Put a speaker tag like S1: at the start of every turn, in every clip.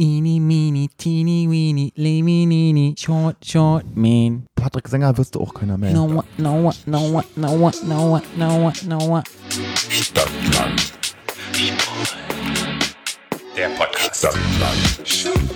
S1: Eeny, meeny, teeny, weeny, lemmy, neeny, short, short, man.
S2: Patrick Sänger wirst du auch keiner mehr.
S1: No one, no one, no one, no one, no one, no one, no one.
S3: Stadtland. Der Podcast. Stadtland. Stadtland.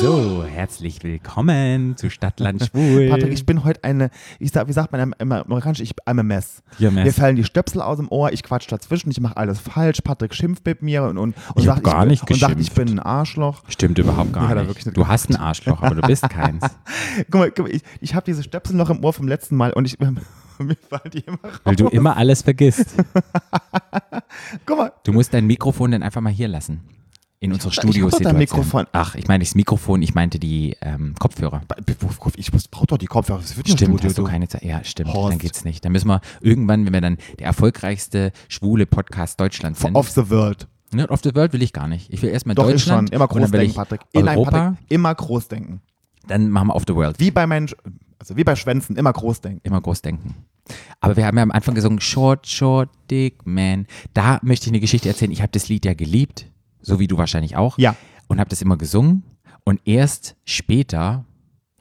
S1: So, herzlich willkommen zu Stadtland Schwul.
S2: Patrick, ich bin heute eine, ich sag, wie sagt man im- im Amerikanischen, ich I'm a mess.
S1: You're a mess.
S2: Mir fallen die Stöpsel aus dem Ohr, ich quatsch dazwischen, ich mache alles falsch. Patrick schimpft mit mir und, und, und,
S1: Ich hab
S2: sagt,
S1: gar
S2: ich, bin-
S1: nicht
S2: und sagt, ich
S1: geschimpft.
S2: bin ein Arschloch.
S1: Stimmt überhaupt gar
S2: Hat er
S1: nicht.
S2: wirklich nicht
S1: du hast ein Arschloch, aber du bist keins.
S2: Guck mal, guck mal ich, ich habe diese Stöpsel noch im Ohr vom letzten Mal und ich, mir fallen die immer raus.
S1: Weil du immer alles vergisst.
S2: Guck mal,
S1: Du musst dein Mikrofon dann einfach mal hier lassen. In unserer
S2: doch- ich hab doch dein
S1: Studiosituation.
S2: Mikrofon.
S1: Ach, ich meine nicht das Mikrofon, ich meinte die ähm, Kopfhörer.
S2: ich muss- brauch doch die Kopfhörer, das wird
S1: Stimmt,
S2: Studio,
S1: hast du
S2: du.
S1: keine Zeit. Ja, stimmt, dann
S2: Horst.
S1: geht's nicht. Dann müssen wir irgendwann, wenn wir dann der erfolgreichste schwule Podcast Deutschlands sind.
S2: Off the world.
S1: ne, auf the World will ich gar nicht. Ich will erstmal
S2: Doch, ich schon.
S1: Deutschland.
S2: Immer
S1: und dann
S2: groß
S1: will
S2: denken,
S1: ich
S2: Patrick. Eh, nein,
S1: Europa,
S2: Patrick. Immer groß denken.
S1: dann machen wir auf the World.
S2: Wie bei meinen, Sch- also wie bei Schwänzen, immer groß denken.
S1: Immer groß denken. Aber wir haben ja am Anfang gesungen, Short, Short, Dick Man. Da möchte ich eine Geschichte erzählen. Ich habe das Lied ja geliebt, so wie du wahrscheinlich auch.
S2: Ja.
S1: Und habe das immer gesungen. Und erst später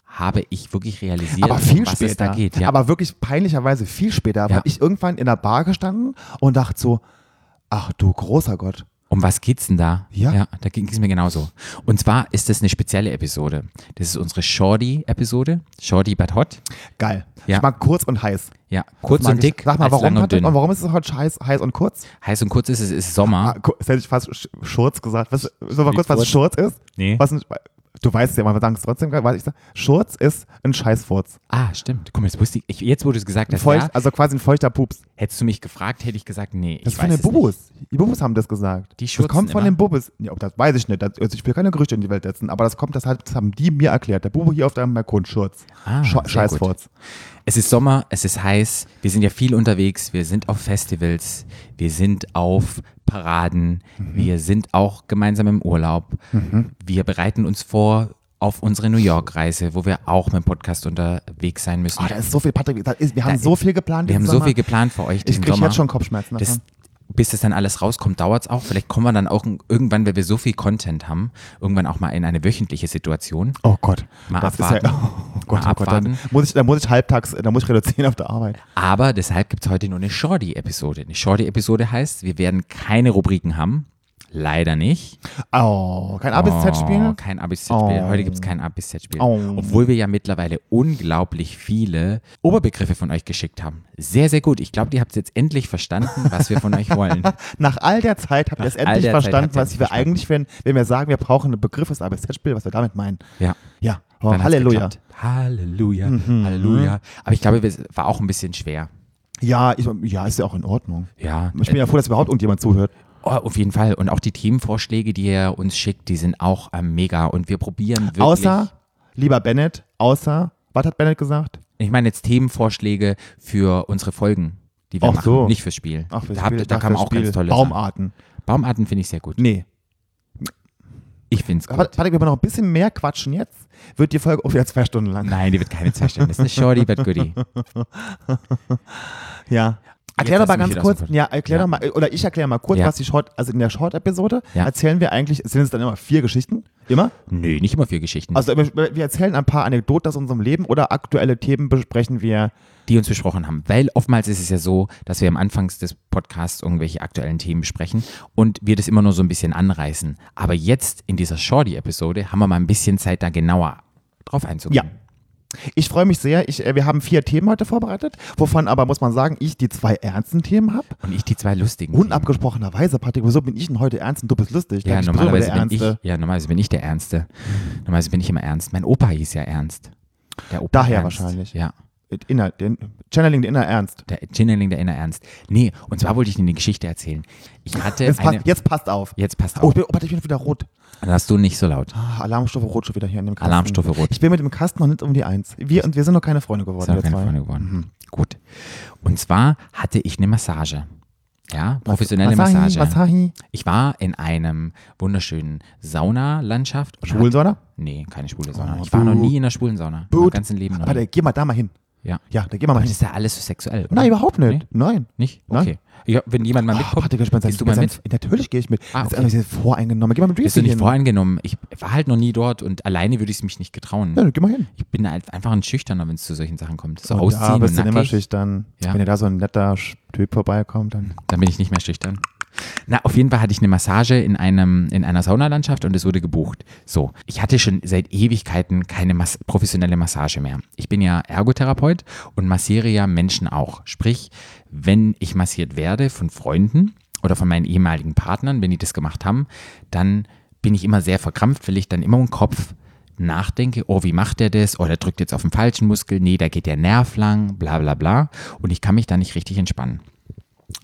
S1: habe ich wirklich realisiert,
S2: Aber viel
S1: um was
S2: später.
S1: es da geht. Ja.
S2: Aber wirklich peinlicherweise viel später
S1: Ja.
S2: habe ich irgendwann in der Bar gestanden und dachte so, ach du großer Gott.
S1: um was geht's denn da?
S2: Ja.
S1: da ging es mir genauso. Und zwar ist das eine spezielle Episode. Das ist unsere Shorty-Episode. Shorty but hot.
S2: Geil.
S1: Ja.
S2: Ich mag kurz und heiß.
S1: Ja, kurz
S2: Mag
S1: und dick.
S2: Ich. Sag mal,
S1: als
S2: warum,
S1: lang und
S2: Patrick,
S1: dünn. Hm?
S2: und warum ist es heute heiß, heiß und kurz?
S1: Heiß und kurz ist es, es ist Sommer.
S2: Ah, ku- das hätte ich fast Sch- Schurz gesagt. Was, so mal
S1: Wie
S2: kurz, was
S1: Furz?
S2: Schurz ist?
S1: Nee.
S2: Was ein, du weißt es ja, aber wir sagen es trotzdem. gerade, Weiß ich, sag- Schurz ist ein Scheißfurz.
S1: Ah, stimmt. Guck mal, jetzt wusste ich, ich jetzt wo du es gesagt
S2: Ein
S1: hast,
S2: Feucht,
S1: ja,
S2: Also quasi ein feuchter Pups.
S1: Hättest du mich gefragt, hätte ich gesagt, nee.
S2: Das
S1: ich
S2: ist von
S1: weiß
S2: den
S1: es nicht.
S2: Bubus. Die Bubus haben das gesagt.
S1: Die
S2: das
S1: schurzen
S2: kommt von
S1: immer.
S2: den Bubus. Ja, das weiß ich nicht. Das, also ich will keine Gerüchte in die Welt setzen, aber das kommt, das, hat, das haben die mir erklärt. Der Bubu hier auf deinem Balkon, Schurz.
S1: Ah,
S2: Sch
S1: sehr
S2: Scheißfurz.
S1: Es ist Sommer, es ist heiß, wir sind ja viel unterwegs, wir sind auf Festivals, wir sind auf Paraden,
S2: Mhm.
S1: wir sind auch gemeinsam im Urlaub. Wir bereiten uns vor auf unsere New York-Reise, wo wir auch mit dem Podcast unterwegs sein müssen.
S2: Ah, da ist so viel, Patrick. Da ist, wir haben
S1: Da-
S2: so viel geplant.
S1: wir haben
S2: diesen
S1: so
S2: Sommer.
S1: viel geplant für euch.
S2: Ich
S1: diesen
S2: kriege
S1: Sommer.
S2: jetzt schon Kopfschmerzen davon.
S1: Das, bis das dann alles rauskommt, dauert es auch. Vielleicht kommen wir dann auch irgendwann, wenn wir so viel Content haben, irgendwann auch mal in eine wöchentliche Situation.
S2: Oh Gott.
S1: Mal
S2: das
S1: abwarten.
S2: ist ja. Oh Gott,
S1: Mal
S2: oh Gott. Dann
S1: abwarten.
S2: muss, ich, dann muss ich halbtags, dann muss ich reduzieren auf der Arbeit.
S1: Aber deshalb gibt es heute nur eine Shorty-Episode. Eine Shorty-Episode heißt, wir werden keine Rubriken haben. Leider nicht.
S2: Oh, kein A bis Z
S1: Oh,
S2: spielen?
S1: kein A bis Z-Spiel.
S2: Oh.
S1: Heute gibt es kein A bis Z-Spiel.
S2: Oh.
S1: Obwohl wir ja mittlerweile unglaublich viele Oberbegriffe von euch geschickt haben. Sehr, sehr gut. Ich glaube, ihr habt jetzt endlich verstanden, was wir von euch wollen.
S2: Nach all der Zeit habt ihr
S1: Nach
S2: es
S1: all
S2: endlich
S1: der Zeit
S2: verstanden,
S1: habt ihr
S2: was
S1: es
S2: wir
S1: verstanden.
S2: eigentlich, wenn, wenn wir sagen, wir brauchen einen Begriff fürs A bis Z-Spiel, was wir damit meinen.
S1: Ja.
S2: Ja, oh,
S1: Dann hat's
S2: Halleluja. Mhm.
S1: geklappt. Halleluja, Halleluja. Aber ich glaube, es war auch ein bisschen schwer.
S2: Ja, ich, ja, ist ja auch in Ordnung.
S1: Ja.
S2: Ich bin ja froh, dass überhaupt irgendjemand zuhört.
S1: Oh, auf jeden Fall. Und auch die Themenvorschläge, die ihr uns schickt, die sind auch ähm, mega. Und wir probieren wirklich.
S2: Außer, lieber Bennett, außer, was hat Bennett gesagt?
S1: Ich meine jetzt Themenvorschläge für unsere Folgen, die wir
S2: Ach
S1: machen,
S2: so.
S1: nicht fürs Spiel.
S2: Ach, fürs
S1: da, habt-
S2: Spiel-
S1: da
S2: ach,
S1: kamen
S2: fürs
S1: auch ganz
S2: Spiel.
S1: tolle Sachen.
S2: Baumarten.
S1: Baumarten finde ich sehr gut.
S2: Nee.
S1: Ich finde es
S2: Aber,
S1: gut.
S2: Patrick, wenn wir noch ein bisschen mehr quatschen jetzt, wird die Folge auch wieder zwei Stunden lang.
S1: Nein, die wird keine zwei Stunden. Das ist eine Shorty, but goodie.
S2: Ja. Erklär
S1: Jetzt
S2: doch mal
S1: hast du mich
S2: ganz
S1: wieder
S2: kurz,
S1: aus dem
S2: ja, erklär
S1: Ja.
S2: doch mal, äh, oder ich erkläre mal kurz,
S1: Ja.
S2: was die Short, also in der Short-Episode
S1: Ja.
S2: erzählen wir eigentlich, es sind es dann immer vier Geschichten, immer?
S1: Nö, nicht immer vier Geschichten,
S2: Also wir wir erzählen ein paar Anekdoten aus unserem Leben oder aktuelle Themen besprechen wir.
S1: die uns besprochen haben. Weil oftmals ist es ja so, dass wir am Anfang des Podcasts irgendwelche aktuellen Themen besprechen und wir das immer nur so ein bisschen anreißen. Aber jetzt in dieser Shorty-Episode haben wir mal ein bisschen Zeit, da genauer drauf einzugehen.
S2: Ja. Ich freue mich sehr, ich, äh, wir haben vier Themen heute vorbereitet, wovon aber, muss man sagen, ich die zwei ernsten Themen habe.
S1: Und ich die zwei lustigen.
S2: Unabgesprochenerweise, Patrick, wieso bin ich denn heute ernst und du bist lustig?
S1: Ja,
S2: ich bin so immer
S1: normalerweise
S2: der
S1: bin ich,
S2: Ernste.
S1: ja, normalerweise bin ich der Ernste. Normalerweise bin ich immer ernst. Mein Opa hieß ja Ernst. Der Opa
S2: Daher
S1: Ernst.
S2: wahrscheinlich.
S1: Ja.
S2: Inner, den, Channeling, den Inner Ernst.
S1: Der Ginnerling, der inner Ernst. Nee, und zwar wollte ich Ihnen eine Geschichte erzählen. Ich hatte
S2: Jetzt,
S1: eine.
S2: passt, jetzt passt auf.
S1: Jetzt passt
S2: Oh,
S1: auf.
S2: ich bin, oh, Patrick, ich bin wieder rot.
S1: Dann hast du nicht so laut.
S2: Ah, Alarmstufe Rot schon wieder hier in dem Kasten.
S1: Alarmstufe Rot.
S2: Ich bin mit dem Kasten noch nicht um die Eins. Wir, und wir sind noch keine Freunde geworden.
S1: Sind auch
S2: wir
S1: keine
S2: zwei.
S1: Freunde geworden.
S2: Mhm.
S1: Gut. Und zwar hatte ich eine Massage. Ja, professionelle
S2: Asahi,
S1: Massage.
S2: Asahi.
S1: Ich war in einem wunderschwulen Saunalandschaft. und hab-
S2: Schwulensäuner?
S1: Nee, keine schwule Sauna.
S2: Oh,
S1: ich war noch
S2: Boo.
S1: nie in einer schwulen Sauna. Im ganzen Leben noch
S2: Warte,
S1: nie.
S2: geh mal da mal hin.
S1: Ja.
S2: Ja, da gehen wir mal
S1: Aber das
S2: hin.
S1: ist ja alles so sexuell. Oder?
S2: Nein, überhaupt nicht.
S1: Nee?
S2: Nein.
S1: Nicht?
S2: Nein.
S1: Okay. Ja, wenn jemand mal
S2: Oh,
S1: mitkommt,
S2: Patrick, ich bin
S1: gehst du mal mit?
S2: Natürlich gehe ich mit.
S1: Ah,
S2: Das ist
S1: okay.
S2: alles jetzt voreingenommen. Geh mal mit
S1: Bist du
S2: Riefchen
S1: nicht
S2: hin.
S1: voreingenommen? Ich war halt noch nie dort und alleine würde ich es mich nicht getrauen.
S2: Ja, dann geh mal hin.
S1: Ich bin halt einfach ein Schüchterner, wenn es zu solchen Sachen kommt. So
S2: Und da
S1: ausziehen und
S2: bist du immer
S1: nackig,
S2: schüchtern.
S1: Ja.
S2: Wenn dir da so ein netter Sch- Typ vorbeikommt, dann.
S1: dann bin ich nicht mehr schüchtern. Na, auf jeden Fall hatte ich eine Massage in, einem, in einer Saunalandschaft und es wurde gebucht. So, ich hatte schon seit Ewigkeiten keine Mas professionelle Massage mehr. Ich bin ja Ergotherapeut und massiere ja Menschen auch. Sprich, wenn ich massiert werde von Freunden oder von meinen ehemaligen Partnern, wenn die das gemacht haben, dann bin ich immer sehr verkrampft, weil ich dann immer im Kopf nachdenke, oh, wie macht der das? Oh, der drückt jetzt auf den falschen Muskel, nee, da geht der Nerv lang, bla bla bla. Und ich kann mich da nicht richtig entspannen.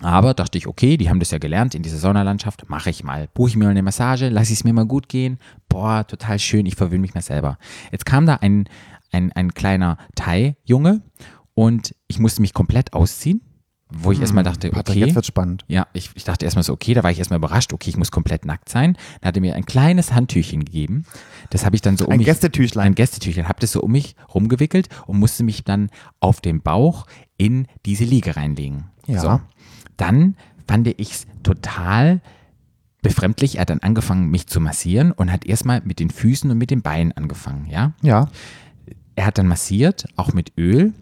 S1: Aber dachte ich, okay, die haben das ja gelernt in dieser Saunalandschaft, mache ich mal. Buche ich mir mal eine Massage, lasse ich es mir mal gut gehen. Boah, total schön, ich verwöhne mich mal selber. Jetzt kam da ein, ein, ein kleiner Thai-Junge und ich musste mich komplett ausziehen, wo ich erstmal dachte,
S2: Patrick,
S1: okay.
S2: Hm, jetzt wird's spannend.
S1: Ja, ich, ich dachte erstmal so, okay, da war ich erstmal überrascht, okay, ich muss komplett nackt sein. Dann hat er mir ein kleines Handtüchchen gegeben. Das habe ich dann so um
S2: Ein
S1: mich.
S2: Gästetüchlein.
S1: Ein Gästetüchlein. Habe das so um mich rumgewickelt und musste mich dann auf den Bauch in diese Liege reinlegen.
S2: Ja.
S1: So. Dann fand ich es total befremdlich. Er hat dann angefangen, mich zu massieren und hat erstmal mit den Füßen und mit den Beinen angefangen, ja
S2: Ja.
S1: er hat dann massiert, auch mit Öl.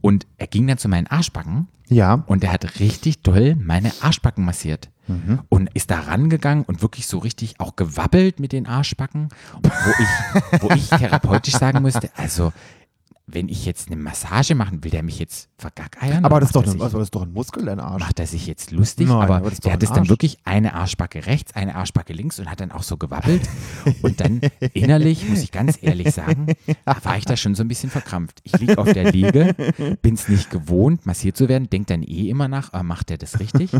S1: Und er ging dann zu meinen Arschbacken
S2: Ja.
S1: und er hat richtig doll meine Arschbacken massiert. Und ist da rangegangen und wirklich so richtig auch gewabbelt mit den Arschbacken, wo ich, wo ich therapeutisch sagen musste, also wenn ich jetzt eine Massage machen, will der mich jetzt vergackeiern?
S2: Aber das ist,
S1: Oder macht er
S2: doch ein,
S1: sich-
S2: also das ist doch ein Muskel, dein Arsch.
S1: macht er sich jetzt lustig,
S2: Nein,
S1: aber,
S2: aber das ist doch
S1: der hat
S2: ein
S1: es dann
S2: Arsch.
S1: wirklich eine Arschbacke rechts, eine Arschbacke links und hat dann auch so gewabbelt. und dann innerlich, muss ich ganz ehrlich sagen, war ich da schon so ein bisschen verkrampft. Ich liege auf der Liege, bin es nicht gewohnt, massiert zu werden, denke dann eh immer nach, ah, macht der das richtig?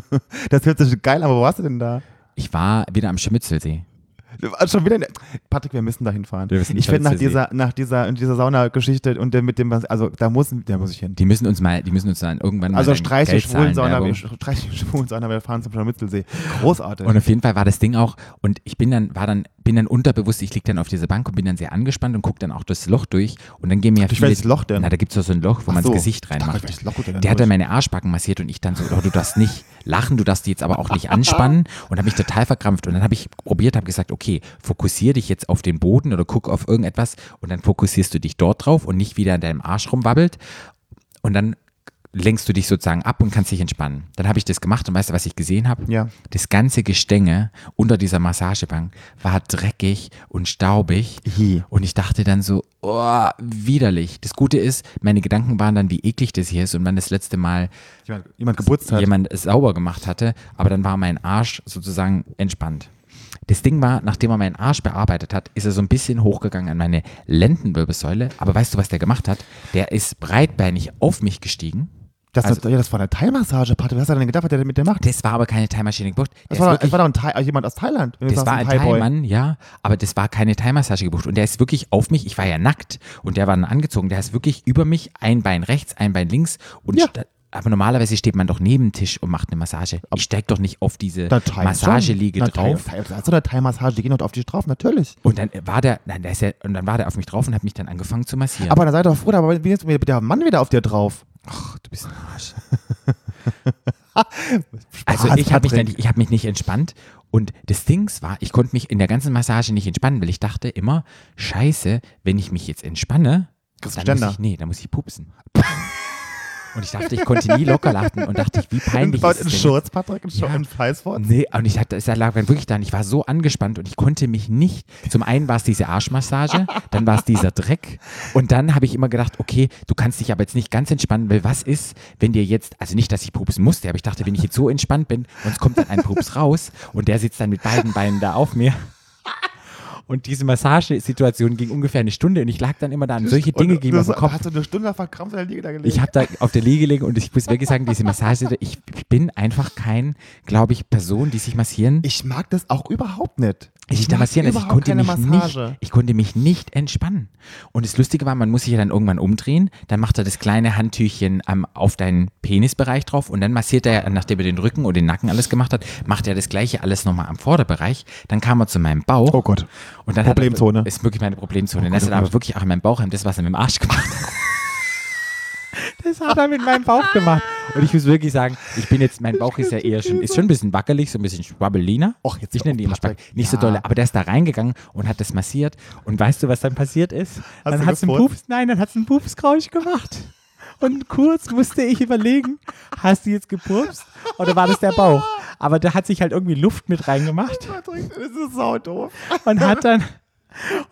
S2: Das hört sich geil, aber wo warst du denn da?
S1: Ich war wieder am Schmitzelsee.
S2: Du warst Schon wieder in der- Patrick, wir müssen da hinfahren.
S1: Wir müssen
S2: Ich finde
S1: Schanze
S2: nach dieser,
S1: sehen.
S2: nach dieser, in dieser Sauna-Geschichte und der mit dem, was- also da muss, da muss ich hin.
S1: Die müssen uns mal, die müssen uns dann irgendwann mal
S2: Also
S1: dann
S2: streiche
S1: Geld
S2: schwulen
S1: zahlen,
S2: Sauna,
S1: Werbung.
S2: wir streiche schwulen Sauna, wir fahren zum Scharmützelsee. Großartig.
S1: Und auf jeden Fall war das Ding auch, und ich bin dann, war dann, bin dann unterbewusst, ich lieg dann auf dieser Bank und bin dann sehr angespannt und guck dann auch durchs Loch durch. Und dann gehen mir ja
S2: Durch
S1: viele-
S2: welches Loch denn?
S1: Na, da gibt's doch so ein Loch, wo
S2: Ach
S1: man
S2: so.
S1: das Gesicht
S2: Ich dachte,
S1: reinmacht.
S2: welches Loch geht denn
S1: Der hat dann
S2: durch?
S1: meine Arschbacken massiert und ich dann so, oh, du darfst nicht lachen, du darfst die jetzt aber auch nicht anspannen und habe mich total verkrampft. Und dann habe ich probiert, habe gesagt, okay, fokussier dich jetzt auf den Boden oder guck auf irgendetwas und dann fokussierst du dich dort drauf und nicht wieder in deinem Arsch rumwabbelt. Und dann lenkst du dich sozusagen ab und kannst dich entspannen. Dann habe ich das gemacht und weißt du, was ich gesehen habe?
S2: Ja.
S1: Das ganze Gestänge unter dieser Massagebank war dreckig und staubig.
S2: Hi.
S1: Und ich dachte dann so, oh, widerlich. Das Gute ist, meine Gedanken waren dann, wie eklig das hier ist und wann das letzte Mal
S2: jemand, jemand geputzt hat.
S1: jemand es sauber gemacht hatte, aber dann war mein Arsch sozusagen entspannt. Das Ding war, nachdem er meinen Arsch bearbeitet hat, ist er so ein bisschen hochgegangen an meine Lendenwirbelsäule. Aber weißt du, was der gemacht hat? Der ist breitbeinig auf mich gestiegen.
S2: Das,
S1: also-
S2: ja, das war eine Thai-Massage, Patrick. Was hat er denn gedacht, was der mit der macht?
S1: Das war aber keine Time-Maschine gebucht. Der
S2: Das
S1: ist
S2: war,
S1: wirklich-
S2: das war doch ein Thai, also jemand aus Thailand. Du
S1: Das
S2: sagst,
S1: war ein
S2: Thai-Boy.
S1: Thai-Mann, ja, aber das war keine Thai-Massage gebucht. Und der ist wirklich auf mich, ich war ja nackt und der war dann angezogen, der ist wirklich über mich, ein Bein rechts, ein Bein links und
S2: Ja.
S1: sta- aber normalerweise steht man doch neben den Tisch und macht eine Massage. Ich steig doch nicht auf diese
S2: Na, Thai
S1: Massageliege
S2: schon. Na,
S1: drauf.
S2: Thai, Thai, also eine Thai-Massage, die gehen doch auf dich drauf, natürlich.
S1: Und dann war der, nein, der ist ja, und dann war der auf mich drauf und hat mich dann angefangen zu massieren.
S2: Aber dann sei doch froh, da war jetzt wieder der Mann wieder auf dir drauf.
S1: Ach, du bist ein Arsch. also ich habe mich,
S2: Patrick.
S1: dann nicht- ich hab mich nicht entspannt und das Dings war, ich konnte mich in der ganzen Massage nicht entspannen, weil ich dachte immer, scheiße, wenn ich mich jetzt entspanne,
S2: Kriegst du
S1: dann muss
S2: Ständer.
S1: ich, nee, dann muss ich pupsen. und ich dachte, ich konnte nie locker lachen und dachte, ich, wie peinlich
S2: Ein-
S1: ist
S2: Ein
S1: es denn?
S2: Schurz, Patrick, ein
S1: Ja.
S2: Schurz, ein Scheißwort.
S1: Nee, und ich hatte, es lag dann wirklich daran, ich war so angespannt und ich konnte mich nicht, zum einen war es diese Arschmassage, dann war es dieser Dreck und dann habe ich immer gedacht, okay, du kannst dich aber jetzt nicht ganz entspannen, weil was ist, wenn dir jetzt, also nicht, dass ich pupsen musste, aber ich dachte, wenn ich jetzt so entspannt bin und es kommt dann ein Pups raus und der sitzt dann mit beiden Beinen da auf mir. Und diese Massagesituation ging ungefähr eine Stunde und ich lag dann immer da und solche Dinge
S2: Und
S1: gingen mir auf
S2: du
S1: den Kopf.
S2: hast so eine Stunde verkrampft in der Liege da gelegen.
S1: Ich habe da auf der Liege gelegen und ich muss wirklich sagen, diese Massage, ich bin einfach kein, glaube ich, Person, die sich massieren.
S2: Ich mag das auch überhaupt nicht.
S1: Ich, ich,
S2: mag
S1: massieren, also ich,
S2: überhaupt
S1: konnte
S2: keine
S1: mich
S2: Massage.
S1: nicht, ich konnte mich nicht entspannen. Und das Lustige war, man muss sich ja dann irgendwann umdrehen, dann macht er das kleine Handtüchchen am, auf deinen Penisbereich drauf und dann massiert er, nachdem er den Rücken und den Nacken alles gemacht hat, macht er das gleiche alles nochmal am Vorderbereich. Dann kam er zu meinem Bauch.
S2: Oh Gott.
S1: Und dann
S2: Problemzone.
S1: Hat er, ist wirklich meine Problemzone. Oh das hat er aber wirklich auch in meinem Bauch, das, was er mit dem Arsch gemacht hat. das hat er mit meinem Bauch gemacht. Und ich muss wirklich sagen, ich bin jetzt, mein Bauch ist ja eher schon, ist schon ein bisschen wackelig, so ein bisschen schwabbeliner.
S2: Och, jetzt
S1: ich
S2: hör
S1: nenne die
S2: auf,
S1: immer Spack.
S2: Patrick.
S1: Nicht so
S2: Ja.
S1: dolle, aber der ist da reingegangen und hat das massiert. Und weißt du, was dann passiert ist? dann
S2: du
S1: hat's einen
S2: gefurzt?
S1: Pups, nein, dann hat es einen Pupskrausch gemacht. Und kurz musste ich überlegen, hast du jetzt gepupst oder war das der Bauch? Aber da hat sich halt irgendwie Luft mit reingemacht
S2: Patrick, das ist sau doof.
S1: und hat dann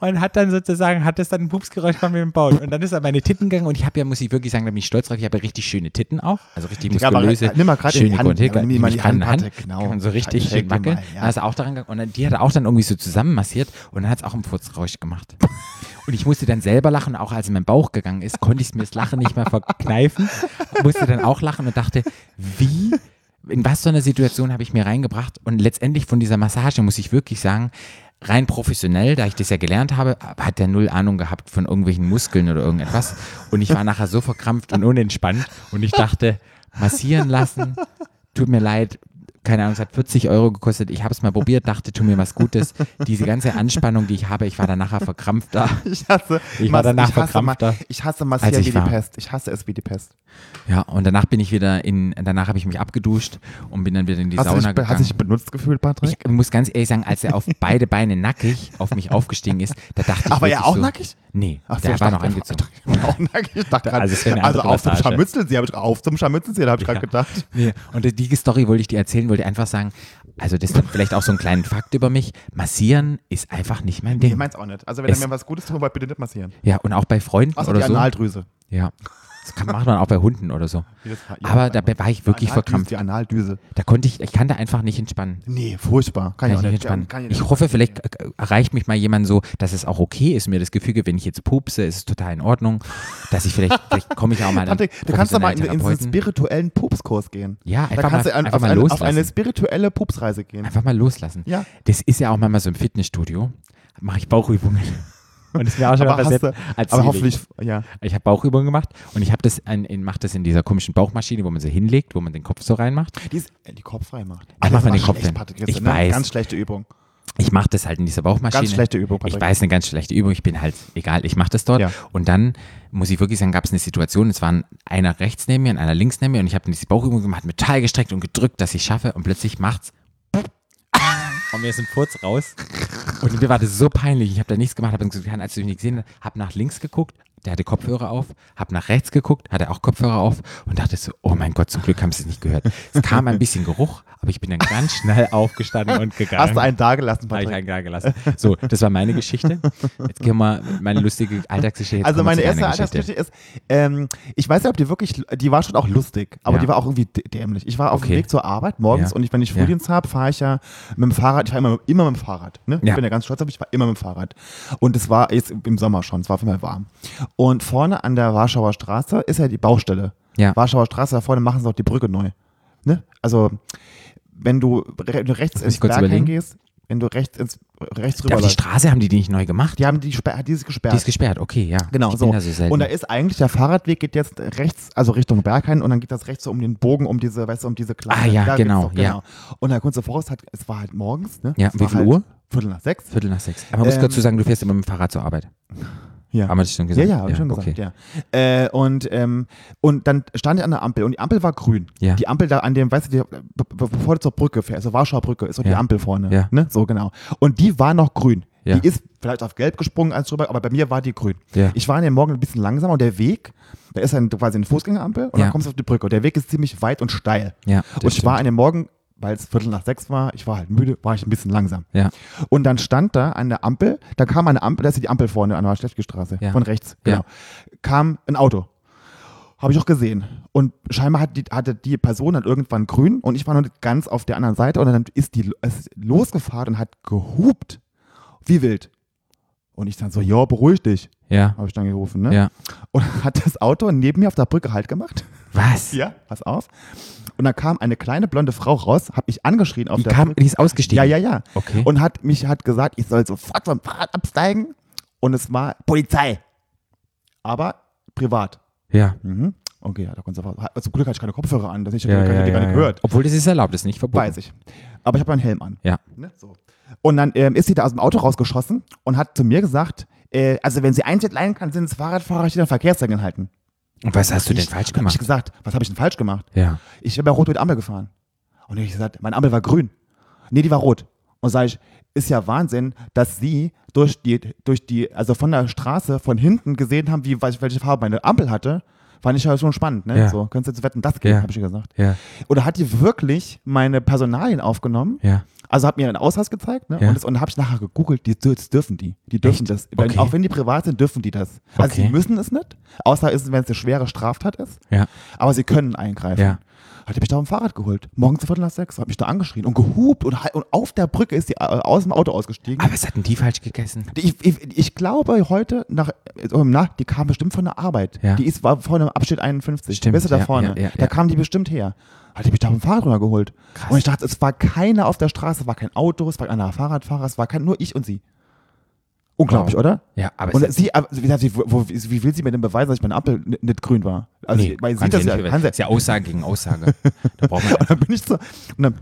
S1: und hat dann sozusagen, hat das dann ein Pupsgeräusch von mir im Bauch. Und dann ist er meine Titten gegangen und ich habe ja, muss ich wirklich sagen, da bin ich stolz drauf, ich habe ja richtig schöne Titten auch. Also richtig
S2: Digga, aber halt-
S1: muskulöse,
S2: nimm mal grad in die
S1: schöne
S2: Hand,
S1: Kontiker.
S2: nimm die mal in die
S1: kann
S2: Hand,
S1: Hand,
S2: Patrick, genau.
S1: Kann so richtig
S2: Shake
S1: schön
S2: die
S1: wackeln.
S2: mal, ja.
S1: Da ist er auch daran gegangen und dann, die hat er auch dann irgendwie so zusammen massiert und dann hat es auch einen Furzgeräusch gemacht. Und ich musste dann selber lachen, auch als er in meinen Bauch gegangen ist, konnte ich mir das Lachen nicht mehr verkneifen. Musste dann auch lachen und dachte, wie, in was so eine Situation habe ich mir reingebracht? Und letztendlich von dieser Massage muss ich wirklich sagen, rein professionell, da ich das ja gelernt habe, hat der null Ahnung gehabt von irgendwelchen Muskeln oder irgendetwas. Und ich war nachher so verkrampft und unentspannt und ich dachte, massieren lassen, tut mir leid, keine Ahnung, es hat 40 Euro gekostet. Ich habe es mal probiert, dachte, tu mir was Gutes. Diese ganze Anspannung, die ich habe, ich war dann nachher verkrampft da.
S2: Ich hasse,
S1: Ich war
S2: Mas-
S1: danach
S2: hasse, Ma-
S1: verkrampfter,
S2: ich hasse Massieren
S1: ich
S2: wie die
S1: war.
S2: Pest. Ich hasse es wie die Pest.
S1: Ja, und danach bin ich wieder in, danach habe ich mich abgeduscht und bin dann wieder in die
S2: Hast du,
S1: Sauna
S2: dich, be-
S1: gegangen.
S2: hast du dich benutzt gefühlt, Patrick?
S1: ich muss ganz ehrlich sagen, als er auf beide Beine nackig auf mich aufgestiegen ist, da dachte ich.
S2: Aber ja
S1: wirklich
S2: auch
S1: so,
S2: nackig?
S1: Nee,
S2: Ach so,
S1: der
S2: ich
S1: war
S2: dachte,
S1: noch angezogen.
S2: Ich war auch nackig. Ich dachte grad,
S1: Also, es wäre
S2: also,
S1: eine andere
S2: auf zum
S1: Massage.
S2: Scharmützel, sie habe ich auf zum Scharmützel, habe ich gerade gedacht.
S1: Nee. Und die- die Story wollte ich dir erzählen, wollte einfach sagen, also das ist dann vielleicht auch so einen kleinen Fakt über mich. Massieren ist einfach nicht mein
S2: Ich
S1: Ding.
S2: mein's auch nicht. Also wenn ihr
S1: Es-
S2: mir was Gutes tun wollt, bitte nicht massieren.
S1: Ja, und auch bei Freunden
S2: Außer
S1: oder
S2: Also die
S1: so.
S2: Analdrüse.
S1: Ja. Das kann, macht man auch bei Hunden oder so.
S2: Jedes- ja,
S1: Aber
S2: bei-
S1: da war ich wirklich
S2: Analdrüse,
S1: verkrampft.
S2: Die Analdüse.
S1: Da konnte ich, ich kann da einfach nicht entspannen.
S2: Nee, furchtbar. Kann,
S1: Kann
S2: ich auch
S1: ich
S2: nicht.
S1: nicht entspannen.
S2: Kann ich nicht.
S1: Also Ich hoffe, vielleicht äh, erreicht mich mal jemand so, dass es auch okay ist, mir das Gefühl gibt, wenn ich jetzt pupse, ist es total in Ordnung, dass ich vielleicht, vielleicht komme ich auch mal an
S2: Patrick, du kannst doch mal in, in so einen
S1: Therapeuten.
S2: spirituellen Pupskurs gehen.
S1: Ja,
S2: da
S1: einfach
S2: kannst
S1: mal-
S2: du an,
S1: einfach
S2: auf,
S1: mal
S2: eine, auf
S1: loslassen.
S2: eine spirituelle Pupsreise gehen.
S1: Einfach mal loslassen.
S2: Ja.
S1: Das ist ja auch manchmal so im Fitnessstudio, mache ich Bauchübungen. Und das ist mir auch schon mal
S2: Aber, hast
S1: passiert.
S2: du,
S1: als
S2: aber
S1: Seelenlehrer.
S2: hoffentlich, ja.
S1: Ich habe Bauchübungen gemacht und ich habe das, ein, in, mach das in dieser komischen Bauchmaschine, wo man sie hinlegt, wo man den Kopf so reinmacht.
S2: Die, ist, äh, die Kopf frei macht.
S1: Ach, mach mal den
S2: war
S1: Kopf
S2: schlecht,
S1: hin.
S2: Patrick, das
S1: Ich
S2: ist eine
S1: weiß.
S2: Ganz schlechte Übung.
S1: ich mache das halt in dieser Bauchmaschine.
S2: Ganz schlechte Übung, Patrick.
S1: Ich weiß, eine ganz schlechte Übung. Ich bin halt, egal, ich mache das dort.
S2: Ja.
S1: Und dann, muss ich wirklich sagen, gab es eine Situation, es waren einer rechts neben mir und einer links neben mir und ich habe diese Bauchübung gemacht, mit Teil gestreckt und gedrückt, dass ich schaffe und plötzlich macht's und mir ist ein Furz raus. Und mir war das so peinlich. Ich habe da nichts gemacht, habe gesagt, als du mich nicht gesehen hast, habe nach links geguckt, der hatte Kopfhörer auf, habe nach rechts geguckt, hatte auch Kopfhörer auf und dachte so, oh mein Gott, zum Glück haben sie es nicht gehört. Es kam ein bisschen Geruch, aber ich bin dann ganz schnell aufgestanden und gegangen.
S2: Hast du einen da gelassen,
S1: Habe ich
S2: Patrick?
S1: einen da gelassen. So, das war meine Geschichte. Jetzt gehen wir meine lustige Alltagsgeschichte. Jetzt
S2: Also
S1: kommen wir
S2: meine
S1: zu
S2: erste
S1: deiner
S2: Alltagsgeschichte ist, ähm, ich weiß nicht, ob die wirklich, die war schon auch lustig, aber
S1: Ja.
S2: die war auch irgendwie dä- dämlich. Ich war auf
S1: Okay.
S2: dem Weg zur Arbeit morgens
S1: Ja.
S2: und ich, wenn ich
S1: Ja.
S2: Frühdienst habe, fahre ich ja mit dem Fahrrad, ich fahre immer, immer mit dem Fahrrad. Ne?
S1: Ja.
S2: Ich bin ja ganz stolz auf mich, ich fahre immer mit dem Fahrrad. Und es war jetzt im Sommer schon, es war auf jeden Fall warm. Und vorne an der Warschauer Straße ist ja die Baustelle.
S1: Ja.
S2: Warschauer Straße, da vorne machen sie auch die Brücke neu. Ne? Also, wenn du re wenn du rechts
S1: muss
S2: ins
S1: ich kurz
S2: Berg
S1: überlegen.
S2: hingehst, wenn du rechts ins rechts
S1: Darf die
S2: rüberläufst,
S1: Straße haben die die nicht neu gemacht?
S2: die haben die, sperr- die ist gesperrt.
S1: Die ist gesperrt, okay, ja.
S2: Genau,
S1: ich
S2: so.
S1: Bin da so selten.
S2: und da ist eigentlich der Fahrradweg geht jetzt rechts, also Richtung Berghain und dann geht das rechts so um den Bogen, um diese, weißt du, um diese kleine.
S1: Ah, ja,
S2: da geht's
S1: genau,
S2: doch,
S1: ja.
S2: Und der Kunze Forst hat, es war halt morgens, ne?
S1: Ja,
S2: es
S1: wie
S2: war
S1: viel
S2: halt
S1: Uhr?
S2: Viertel nach sechs.
S1: Viertel nach sechs. Aber man muss
S2: Ähm,
S1: dazu sagen, du fährst immer mit dem Fahrrad zur Arbeit.
S2: Ja.
S1: Haben wir das schon gesagt?
S2: Ja, ja, hab ich schon gesagt,
S1: okay.
S2: ja. Äh, und, ähm, und dann stand ich an der Ampel und die Ampel war grün.
S1: Ja.
S2: Die Ampel da an dem, weißt du, die, be- be- bevor du zur Brücke fährst, also Warschauer Brücke, ist so die
S1: Ja.
S2: Ampel vorne.
S1: Ja.
S2: Ne? So, genau. Und die war noch grün.
S1: Ja.
S2: Die ist vielleicht auf gelb gesprungen als drüber, aber bei mir war die grün.
S1: Ja.
S2: Ich war an dem Morgen ein bisschen langsamer und der Weg, da ist dann quasi eine Fußgängerampel und
S1: Ja.
S2: dann kommst du auf die Brücke. Und der Weg ist ziemlich weit und steil.
S1: Ja, das
S2: und ich war
S1: stimmt.
S2: an dem Morgen, weil es Viertel nach sechs war, ich war halt müde, war ich ein bisschen langsam.
S1: Ja.
S2: Und dann stand da an der Ampel, da kam eine Ampel, da ist ja die Ampel vorne an der Steffke-Straße,
S1: Ja.
S2: von rechts, genau.
S1: Ja.
S2: Kam ein Auto. Habe ich auch gesehen. Und scheinbar hat die, hatte die Person dann irgendwann grün und ich war noch nicht ganz auf der anderen Seite und dann ist die ist losgefahren und hat gehupt. Wie wild. Und ich dann so, ja, beruhig dich,
S1: Ja.
S2: habe ich dann gerufen. Ne?
S1: Ja.
S2: Und hat das Auto neben mir auf der Brücke halt gemacht.
S1: Was?
S2: Ja. Pass auf. Und dann kam eine kleine blonde Frau raus, habe ich angeschrien auf
S1: Die,
S2: der
S1: kam, die ist ausgestiegen.
S2: ja, ja, ja.
S1: Okay.
S2: Und hat mich hat gesagt, ich soll sofort vom Fahrrad absteigen. Und es war Polizei. Aber privat.
S1: ja.
S2: Mhm. Okay, ja, da konntest du aber- Zum Glück hatte ich keine Kopfhörer an, das ich
S1: Ja,
S2: ja,
S1: ja,
S2: die gar
S1: ja,
S2: nicht
S1: ja.
S2: gehört.
S1: Obwohl das ist erlaubt, das ist nicht verboten.
S2: Weiß ich. Aber ich habe einen Helm an.
S1: Ja.
S2: Ne? So. Und dann ähm, ist sie da aus dem Auto rausgeschossen und hat zu mir gesagt, äh, also wenn sie eins entleihen kann, sind es Fahrradfahrer, die den Verkehrszeichen halten.
S1: Und was hast du denn
S2: Ich-
S1: falsch
S2: hab Ich
S1: gemacht?
S2: gesagt, was habe ich denn falsch gemacht?
S1: Ja.
S2: Ich bin bei Rot mit Ampel gefahren. Und ich gesagt, meine Ampel war grün. Nee, die war rot. Und sage ich, ist ja Wahnsinn, dass sie durch die, durch die, also von der Straße von hinten gesehen haben, wie wel- welche Farbe meine Ampel hatte. Fand ich ja schon spannend, ne?
S1: Ja.
S2: So, könntest du jetzt wetten, das geht,
S1: Ja.
S2: habe ich ihr gesagt.
S1: Ja.
S2: Oder hat die wirklich meine Personalien aufgenommen?
S1: Ja.
S2: Also hat mir einen Ausweis gezeigt, ne?
S1: Ja.
S2: Und, das, und habe ich nachher gegoogelt, die das dürfen die. Die dürfen
S1: Echt?
S2: das. Wenn,
S1: Okay.
S2: Auch wenn die privat sind, dürfen die das. Also
S1: Okay.
S2: sie müssen es nicht, außer ist es, wenn es eine schwere Straftat ist.
S1: Ja.
S2: Aber sie können eingreifen.
S1: Ja.
S2: Hat er mich da auf dem Fahrrad geholt. Morgens um Viertel nach sechs. Hat mich da angeschrien und gehupt und, halt- und auf der Brücke ist sie äh, aus dem Auto ausgestiegen.
S1: Aber was hatten die falsch gegessen?
S2: Ich, ich, ich glaube heute nach, also im Nacht, die kam bestimmt von der Arbeit.
S1: Ja.
S2: Die ist, war vorne im Abschnitt 51.
S1: Stimmt,
S2: Weißt du, da
S1: ja,
S2: vorne.
S1: ja, ja,
S2: da
S1: ja.
S2: kam die bestimmt her. Hat die mich da vom Fahrrad runtergeholt.
S1: Krass.
S2: Und ich dachte, es war keiner auf der Straße, es war kein Auto, es war keiner Fahrradfahrer, es war kein, nur ich und sie. Unglaublich,
S1: Wow.
S2: oder?
S1: Ja, aber
S2: Und
S1: es-
S2: sie, aber wie, gesagt, sie, wo, wo- wie will sie mir denn beweisen, dass ich mein Apfel n- nicht grün war? Also,
S1: nee,
S2: weil sie
S1: kann
S2: das
S1: sie
S2: ja,
S1: nicht
S2: kann sie,
S1: bewerten. ist ja Aussage gegen Aussage. Da braucht man
S2: und dann bin ich zur, und dann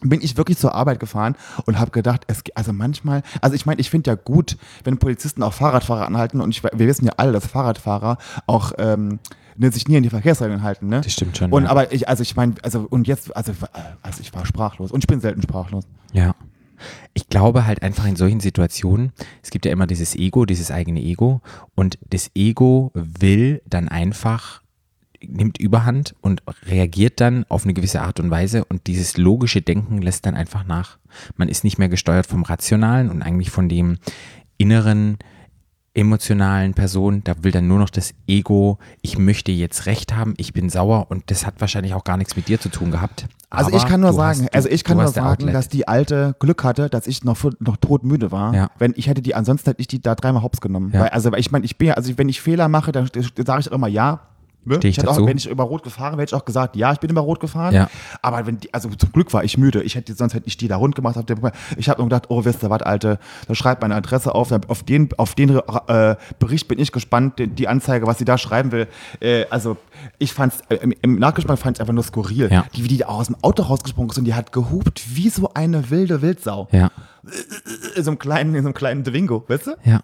S2: bin ich wirklich zur Arbeit gefahren und habe gedacht, es, ge- also manchmal, also ich meine, ich finde ja gut, wenn Polizisten auch Fahrradfahrer anhalten und ich, we- wir wissen ja alle, dass Fahrradfahrer auch ähm, ne, sich nie an die Verkehrsregeln halten, ne?
S1: Das stimmt schon,
S2: Und
S1: ja.
S2: aber ich, also ich meine, also und jetzt, also, äh, also ich war sprachlos und ich bin selten sprachlos.
S1: Ja. Ich glaube halt einfach in solchen Situationen, es gibt ja immer dieses Ego, dieses eigene Ego und das Ego will dann einfach, nimmt überhand und reagiert dann auf eine gewisse Art und Weise und dieses logische Denken lässt dann einfach nach. Man ist nicht mehr gesteuert vom Rationalen und eigentlich von dem inneren, emotionalen Person, da will dann nur noch das Ego, ich möchte jetzt Recht haben, ich bin sauer und das hat wahrscheinlich auch gar nichts mit dir zu tun gehabt.
S2: Also
S1: Aber
S2: ich kann nur
S1: du
S2: sagen,
S1: hast- du-
S2: also ich kann
S1: du
S2: nur
S1: hast der
S2: sagen,
S1: Outlet.
S2: dass die alte Glück hatte, dass ich noch, noch todmüde war.
S1: Ja.
S2: Wenn ich hätte die, ansonsten hätte ich die da dreimal hops genommen.
S1: Ja.
S2: Weil, also weil ich meine, ich bin ja, also wenn ich Fehler mache, dann sage ich auch immer ja. Ne?
S1: Steh ich
S2: hätte
S1: dazu.
S2: auch, wenn ich über Rot gefahren wäre, hätte ich auch gesagt, ja, ich bin über Rot gefahren.
S1: Ja.
S2: Aber wenn die, also zum Glück war ich müde. Ich hätte, sonst hätte ich die da rund gemacht. Auf dem, ich habe nur gedacht, oh, wisst ihr was, Alte, da schreibt meine Adresse auf. Dann Auf den, auf den äh, Bericht bin ich gespannt, die, die Anzeige, was sie da schreiben will. Äh, also ich fand's, äh, im, im Nachgespann fand ich einfach nur skurril.
S1: Ja.
S2: Die, wie die da aus dem Auto rausgesprungen ist und die hat gehupt wie so eine wilde Wildsau.
S1: Ja,
S2: In so einem kleinen, in so einem kleinen Dwingo, weißt du?
S1: ja.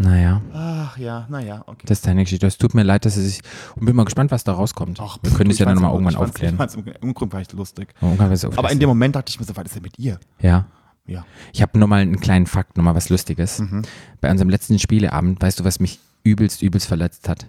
S1: Naja,
S2: Ach ja, naja, okay.
S1: das ist deine Geschichte. Es tut mir leid, dass es sich. Und bin mal gespannt, was da rauskommt. Wir können es ja dann nochmal irgendwann aufklären. Oh,
S2: Im Grunde war ich lustig.
S1: Irgendwann wird's
S2: Aber in
S1: auflösen.
S2: dem Moment dachte ich mir so, was ist denn mit ihr?
S1: Ja.
S2: Ja.
S1: Ich habe nochmal einen kleinen Fakt, nochmal was Lustiges. Bei unserem letzten Spieleabend, weißt du, was mich übelst, übelst verletzt hat?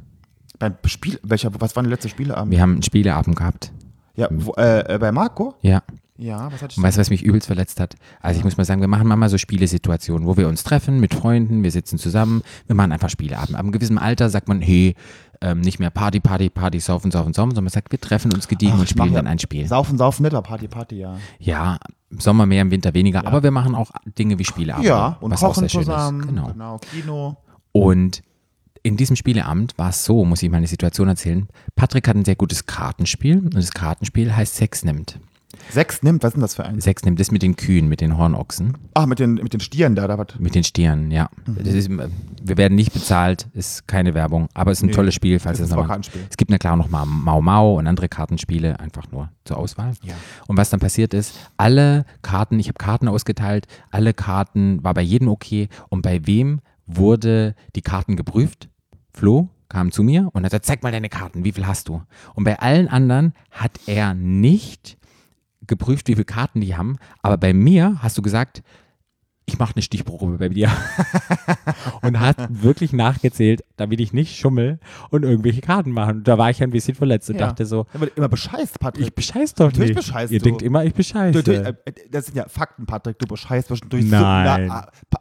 S2: Beim Spiel, welcher, was waren die letzten Spieleabend?
S1: Wir haben einen Spieleabend gehabt.
S2: Ja, wo, äh, äh, bei Marco?
S1: Ja.
S2: Ja, was hatte
S1: Und
S2: ich?
S1: weißt du, was mich übelst verletzt hat? Also ich muss mal sagen, wir machen manchmal so Spielesituationen, wo wir uns treffen mit Freunden, wir sitzen zusammen, wir machen einfach Spieleabend. Ab einem gewissen Alter sagt man, hey, ähm, nicht mehr Party, Party, Party, saufen, saufen, saufen, sondern man sagt, wir treffen uns gediegen und
S2: mach
S1: spielen
S2: ja
S1: dann ein Spiel.
S2: Saufen, saufen, netter Party, Party, ja.
S1: Ja, im Sommer mehr, im Winter weniger, aber wir machen auch Dinge wie Spieleabend.
S2: Ja, und
S1: was auch sehr
S2: kochen
S1: schön ist.
S2: zusammen.
S1: Genau.
S2: Kino.
S1: Und in diesem Spieleabend war es so, muss ich mal eine Situation erzählen. Patrick hat ein sehr gutes Kartenspiel und das Kartenspiel heißt Sex nimmt.
S2: Sechs nimmt, was ist denn das für ein?
S1: Sex nimmt das mit den Kühen, mit den Hornochsen,
S2: Ach, mit den, mit den Stieren da, da was.
S1: mit den Stieren, ja.
S2: Mhm.
S1: Das ist, wir werden nicht bezahlt, ist keine Werbung, aber es ist ein tolles Spiel, falls
S2: es
S1: ihr es
S2: ist
S1: nochmal.
S2: aber Kartenspiel.
S1: Es gibt na klar noch mal Mau Mau und andere Kartenspiele einfach nur zur Auswahl.
S2: Ja.
S1: Und was dann passiert ist, alle Karten, ich habe Karten ausgeteilt, alle Karten war bei jedem okay und bei wem wurde die Karten geprüft? Flo kam zu mir und hat gesagt, zeig mal deine Karten, wie viel hast du? Und bei allen anderen hat er nicht geprüft, wie viele Karten die haben, aber bei mir hast du gesagt, ich mache eine Stichprobe bei dir und hat wirklich nachgezählt, damit ich nicht schummel und irgendwelche Karten mache. Und da war ich ein bisschen verletzt und
S2: Ja.
S1: dachte so,
S2: Da wird immer bescheißt, Patrick.
S1: ich bescheiß doch
S2: Natürlich
S1: nicht.
S2: bescheißt
S1: Ihr
S2: du.
S1: denkt immer, ich
S2: du,
S1: bescheiße.
S2: du, äh, äh, das sind ja Fakten, Patrick. Du bescheißt zwischendurch.
S1: Nein.
S2: So, na, ah, pa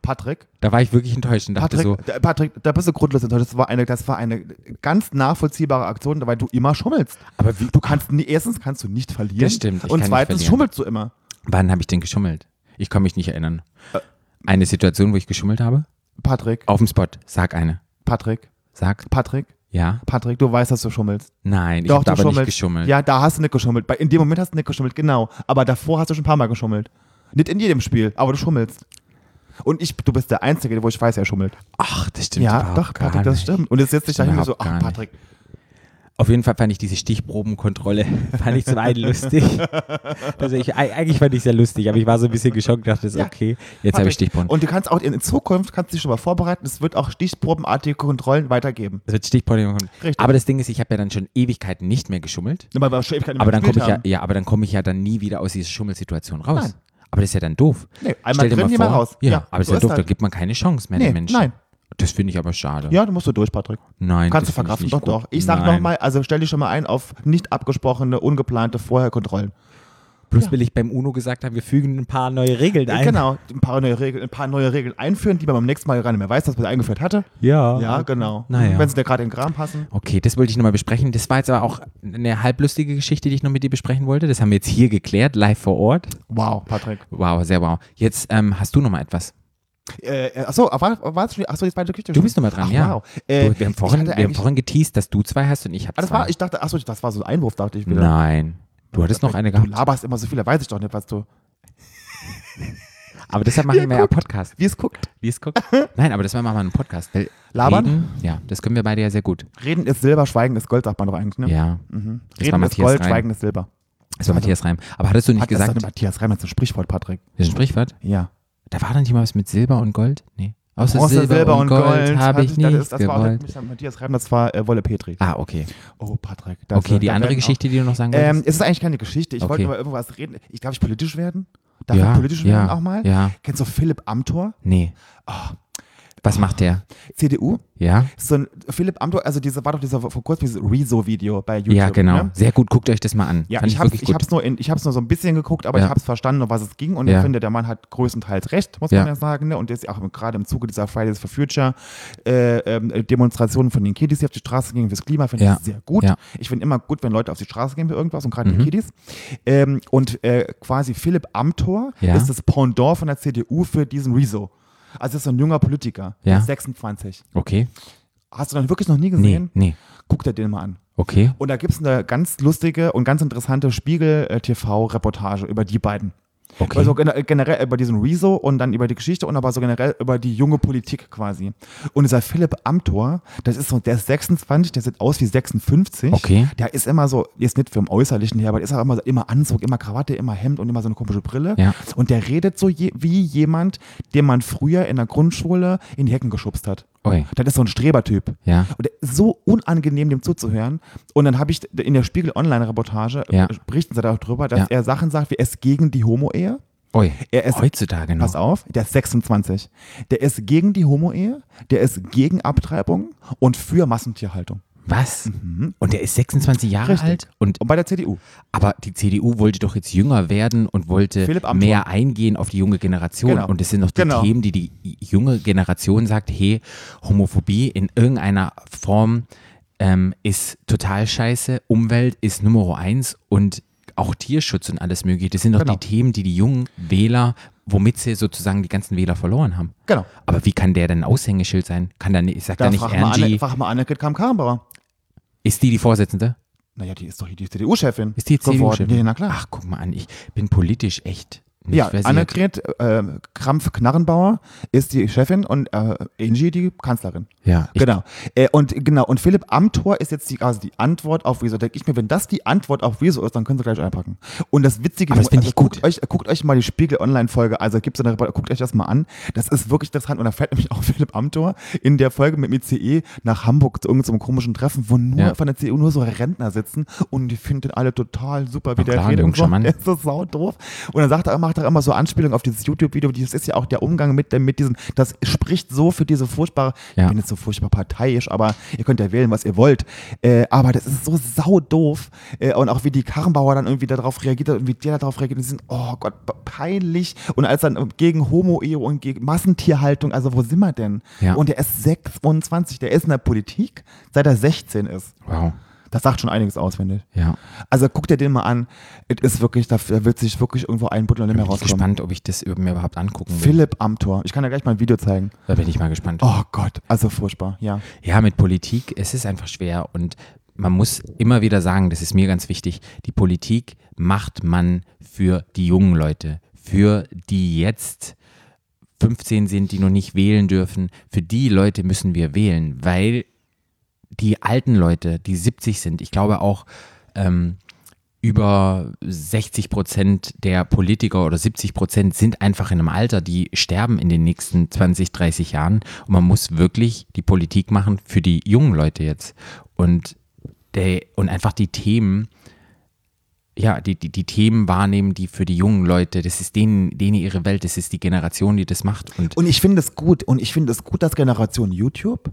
S2: Patrick?
S1: da war ich wirklich enttäuscht und dachte
S2: Patrick,
S1: so,
S2: da- Patrick, da bist du grundlos enttäuscht. Das war eine, das war eine ganz nachvollziehbare Aktion, weil du immer schummelst.
S1: aber wie,
S2: Du kannst nie, erstens kannst du nicht verlieren.
S1: Das stimmt, ich
S2: Und
S1: kann nicht
S2: zweitens
S1: verlieren.
S2: schummelst du immer.
S1: wann habe ich denn geschummelt? Ich kann mich nicht erinnern.
S2: Äh.
S1: Eine Situation, wo ich geschummelt habe?
S2: Patrick,
S1: Auf dem Spot. Sag eine.
S2: Patrick,
S1: Sag.
S2: Patrick,
S1: Ja.
S2: Patrick, du weißt, dass du schummelst.
S1: Nein, ich
S2: Doch,
S1: habe
S2: du
S1: da aber
S2: schummelst.
S1: nicht geschummelt.
S2: Ja, da hast du nicht geschummelt. Bei- In dem Moment hast du nicht geschummelt, genau. Aber davor hast du schon ein paar Mal geschummelt. Nicht in jedem Spiel, aber du schummelst. Und ich, du bist der Einzige, wo ich weiß, er schummelt.
S1: Ach, das stimmt.
S2: Ja,
S1: überhaupt
S2: doch,
S1: gar
S2: Patrick, das
S1: nicht.
S2: stimmt. Und jetzt sitzt ich da
S1: Stimmt
S2: hin und so,
S1: überhaupt
S2: ach,
S1: gar
S2: Patrick.
S1: Auf jeden Fall fand ich diese Stichprobenkontrolle, fand ich zum einen lustig. Also ich, ei- eigentlich fand ich sehr lustig, aber ich war so ein bisschen geschockt, dachte,
S2: Ja.
S1: okay, jetzt habe ich Stichproben.
S2: Und du kannst auch in, in Zukunft, kannst dich schon mal vorbereiten, es wird auch stichprobenartige Kontrollen weitergeben.
S1: Es wird Stichproben.
S2: Richtig.
S1: Aber das Ding ist, ich habe ja dann schon Ewigkeiten nicht mehr geschummelt.
S2: Nur weil wir schon ewig keine
S1: Aber dann
S2: gespielt
S1: komme ich ja,
S2: haben.
S1: ja, aber dann komme ich ja dann nie wieder aus dieser Schummelsituation raus.
S2: Nein.
S1: Aber das ist ja dann doof.
S2: Nee, einmal drin, nie mehr raus.
S1: Ja,
S2: Ja,
S1: aber das ist
S2: so
S1: ja
S2: ist
S1: doof,
S2: halt.
S1: da gibt man keine Chance mehr
S2: Nee,
S1: den Menschen.
S2: nein.
S1: Das finde ich aber schade.
S2: Ja, du musst du durch, Patrick.
S1: Nein,
S2: Kannst du
S1: das finde
S2: verkraften,
S1: ich
S2: doch,
S1: nicht
S2: doch.
S1: gut.
S2: Ich sag
S1: Nein.
S2: nochmal, also stell dich schon mal ein auf nicht abgesprochene, ungeplante Vorherkontrollen.
S1: Bloß will ich beim UNO gesagt haben, wir fügen ein paar neue Regeln ein.
S2: Genau, ein paar, neue Regeln, ein paar neue Regeln einführen, die man beim nächsten Mal gar nicht mehr weiß, dass man sie eingeführt hatte.
S1: Ja.
S2: Ja, genau.
S1: Naja.
S2: Wenn sie dir gerade in den Kram passen.
S1: Okay, das wollte ich nochmal besprechen. Das war jetzt aber auch eine halblustige Geschichte, die ich noch mit dir besprechen wollte. Das haben wir jetzt hier geklärt, live vor Ort.
S2: Wow, Patrick.
S1: Wow, sehr wow. Jetzt ähm, hast du nochmal etwas.
S2: Äh, achso, war, warst du, achso, jetzt bei der Küche.
S1: Du bist nochmal dran,
S2: Ach,
S1: ja.
S2: Wow. Äh,
S1: du, wir haben
S2: ich
S1: vorhin,
S2: hatte
S1: wir haben
S2: eigentlich-
S1: vorhin geteased, dass du zwei hast und ich habe zwei.
S2: Ah, das war, ich dachte, achso, das war so ein Einwurf, dachte ich wieder.
S1: Nein. Du hattest noch eine
S2: Du
S1: gehabt.
S2: laberst immer so viel, da weiß ich doch nicht, was du.
S1: Aber deshalb machen wir ja
S2: guckt.
S1: Podcast.
S2: Wie es guckt.
S1: Wie es guckt. Nein, aber das machen wir mal einen Podcast. weil
S2: Labern?
S1: Reden, ja, das können wir beide ja sehr gut.
S2: Reden ist Silber, Schweigen ist Gold, sagt man doch eigentlich, ne?
S1: Ja.
S2: Mhm.
S1: Das war
S2: Reden ist
S1: Matthias
S2: Gold,
S1: Reim.
S2: Schweigen ist Silber.
S1: Das war Matthias Reim. Aber hattest du nicht
S2: Also, Hat das
S1: gesagt,
S2: doch Matthias Reim, das ist ein Sprichwort, Patrick.
S1: das ist ein Sprichwort?
S2: Ja.
S1: Da war doch nicht mal was mit Silber und Gold? Nee. Außer,
S2: Außer
S1: Silber, und Gold, habe
S2: hat-
S1: ich nicht
S2: das, ist- das war auch
S1: gewollt.
S2: nicht Matthias Reim, das war äh, Wolle Petri.
S1: Ah, okay.
S2: Oh, Patrick. das-
S1: Okay, die
S2: da
S1: andere
S2: werden auch-
S1: Geschichte, die du noch sagen
S2: Ähm,
S1: wolltest?
S2: es ist eigentlich keine Geschichte. Ich
S1: Okay.
S2: wollte über irgendwas reden. Ich darf ich politisch werden? Darf ich politisch
S1: ja,
S2: werden auch mal?
S1: Ja,
S2: Kennst du Philipp Amthor?
S1: nee.
S2: oh.
S1: Was macht der?
S2: CDU?
S1: Ja?
S2: So ein Philipp Amthor, also diese war doch dieser vor kurzem dieses Rezo-Video bei YouTube.
S1: Ja, genau.
S2: Ne?
S1: Sehr gut, guckt euch das mal an.
S2: Ja,
S1: Fand
S2: ich
S1: ich,
S2: hab's,
S1: wirklich
S2: ich,
S1: gut.
S2: hab's nur in, ich hab's nur so ein bisschen geguckt, aber
S1: Ja.
S2: ich hab's verstanden, um was es ging. Und
S1: Ja.
S2: ich finde, der Mann hat größtenteils recht, muss
S1: Ja.
S2: man ja sagen. Ne? Und das ist auch im- gerade im Zuge dieser Fridays for Future äh, ähm, Demonstrationen von den Kiddies, die auf die Straße gingen fürs Klima, finde
S1: Ja.
S2: ich sehr gut.
S1: Ja. Mhm.
S2: Ich finde immer gut, wenn Leute auf die Straße gehen für irgendwas und gerade die Kiddies. Ähm, und äh, quasi Philipp Amthor
S1: Ja.
S2: ist das Pendant von der CDU für diesen Rezo. Also das ist so ein junger Politiker,
S1: Ja.
S2: der ist 26.
S1: Okay.
S2: Hast du dann wirklich noch nie
S1: Nee,
S2: gesehen?
S1: nee.
S2: Guck dir den mal an.
S1: Okay.
S2: Und da gibt es eine ganz lustige und ganz interessante Spiegel-TV-Reportage über die beiden.
S1: Okay.
S2: Also gener- generell über diesen Rezo und dann über die Geschichte und aber so generell über die junge Politik quasi. Und dieser Philipp Amthor, das ist so, der ist 26, der sieht aus wie 56.
S1: Okay.
S2: Der ist immer so, jetzt nicht vom Äußerlichen her, aber der ist auch immer, immer Anzug, immer Krawatte, immer Hemd und immer so eine komische Brille.
S1: Ja.
S2: Und der redet so je, wie jemand, den man früher in der Grundschule in die Hecken geschubst hat.
S1: Oi.
S2: Das ist so ein Strebertyp.
S1: Ja.
S2: Und der ist so unangenehm, dem zuzuhören. Und dann habe ich in der Spiegel-Online-Reportage,
S1: Ja.
S2: äh, berichten sie darüber, dass
S1: Ja.
S2: er Sachen sagt, wie es gegen die Homo-Ehe.
S1: Oi.
S2: Er ist,
S1: Heutzutage noch.
S2: pass auf, der ist 26. Der ist gegen die Homo-Ehe, der ist gegen Abtreibung und für Massentierhaltung.
S1: Was? Und der ist 26 Jahre
S2: Mhm. Richtig.
S1: alt und
S2: Und bei der CDU.
S1: aber die CDU wollte doch jetzt jünger werden und wollte
S2: Philipp Amthor.
S1: mehr eingehen auf die junge Generation
S2: Genau.
S1: und das sind doch die
S2: Genau.
S1: Themen, die die junge Generation sagt, hey, Homophobie in irgendeiner Form ähm, ist total scheiße, Umwelt ist Nummer eins und auch Tierschutz und alles mögliche, das sind doch
S2: Genau.
S1: die Themen, die die jungen Wähler, womit sie sozusagen die ganzen Wähler verloren haben.
S2: Genau.
S1: Aber wie kann der denn ein Aushängeschild sein? Kann da nicht, ich sag da,
S2: Da
S1: nicht
S2: frag mal, Anne,
S1: Angie,
S2: frag mal Annegret Kamm-Karrenbauer.
S1: ist die die Vorsitzende?
S2: Naja, die ist doch hier die CDU-Chefin.
S1: Ist die jetzt
S2: geworden.
S1: CDU-Chefin?
S2: Ja, na klar.
S1: Ach, guck mal an, ich bin politisch echt nicht
S2: ja,
S1: versiert.
S2: Annegret äh, Krampf-Knarrenbauer ist die Chefin und äh, Angie die Kanzlerin.
S1: Ja, ich,
S2: Genau. Äh, und genau, und Philipp Amthor ist jetzt die, also die Antwort auf Wieso. Denke ich mir, wenn das die Antwort auf Wieso ist, dann können sie gleich einpacken. Und das Witzige also
S1: Aber das finde ich gut.
S2: Guckt euch, guckt euch mal die Spiegel-Online-Folge, also gibt's eine Report- guckt euch das mal an. Das ist wirklich interessant. Und da fährt nämlich auch Philipp Amthor in der Folge mit dem ICE nach Hamburg zu irgendeinem komischen Treffen, wo nur
S1: Ja.
S2: von der CDU nur so Rentner sitzen und die finden alle total super, wie
S1: Na
S2: der
S1: klar,
S2: redet.
S1: der
S2: und so.
S1: Jungscharmant.
S2: Der ist so sau doof. Und dann sagt er, macht er immer so Anspielungen auf dieses YouTube-Video. Das ist ja auch der Umgang mit, dem- mit diesem, das spricht so für diese furchtbare,
S1: Ja.
S2: ich bin jetzt so furchtbar parteiisch, aber ihr könnt ja wählen, was ihr wollt. Äh, aber das ist so sau doof. Äh, und auch wie die Karrenbauer dann irgendwie darauf reagiert und wie der darauf reagiert, die sind, oh Gott, pe- peinlich. Und als dann gegen Homo-Ehe und gegen Massentierhaltung, also wo sind wir denn?
S1: Ja.
S2: Und der ist 26, der ist in der Politik, seit er 16 ist.
S1: wow,
S2: Das sagt schon einiges aus, finde ich.
S1: ja.
S2: Also guck dir den mal an. Es ist wirklich, da, da wird sich wirklich irgendwo einbuddeln und nicht
S1: Bin
S2: mehr
S1: ich
S2: rauskommen.
S1: gespannt, ob ich das über- mir überhaupt angucken will.
S2: Philipp Amthor. Ich kann dir gleich mal ein Video zeigen.
S1: Da bin ich mal gespannt.
S2: Oh Gott, also furchtbar, ja.
S1: Ja, mit Politik, es ist einfach schwer und man muss immer wieder sagen, das ist mir ganz wichtig, die Politik macht man für die jungen Leute, für die jetzt 15 sind, die noch nicht wählen dürfen. Für die Leute müssen wir wählen, weil die alten Leute, die 70 sind, ich glaube auch ähm, über 60 Prozent der Politiker oder 70 Prozent sind einfach in einem Alter, die sterben in den nächsten 20, 30 Jahren. Und man muss wirklich die Politik machen für die jungen Leute jetzt. Und, der, und einfach die Themen, ja, die, die, die Themen wahrnehmen, die für die jungen Leute, das ist denen, denen ihre Welt, das ist die Generation, die das macht. Und
S2: Und ich finde es gut. Und ich finde es gut, dass Generation YouTube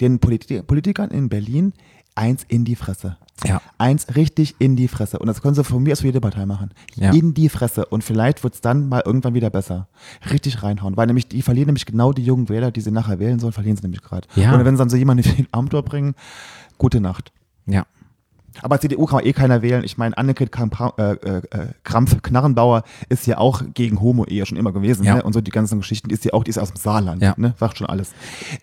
S2: den Politi Politikern in Berlin eins in die Fresse.
S1: Ja.
S2: Eins richtig in die Fresse. Und das können sie von mir aus für jede Partei machen.
S1: Ja.
S2: In die Fresse. Und vielleicht wird es dann mal irgendwann wieder besser. Richtig reinhauen. Weil nämlich, die verlieren nämlich genau die jungen Wähler, die sie nachher wählen sollen, verlieren sie nämlich gerade.
S1: Ja.
S2: Und wenn sie dann so jemanden in den Amtor bringen, gute Nacht.
S1: ja,
S2: Aber CDU kann man eh keiner wählen. Ich meine, Annegret Kramp- äh, äh, äh, Krampf-Knarrenbauer ist ja auch gegen Homo-Ehe schon immer gewesen.
S1: Ja.
S2: Ne? Und so die ganzen Geschichten die ist ja auch, die ist aus dem Saarland,
S1: Ja.
S2: ne? sagt schon alles.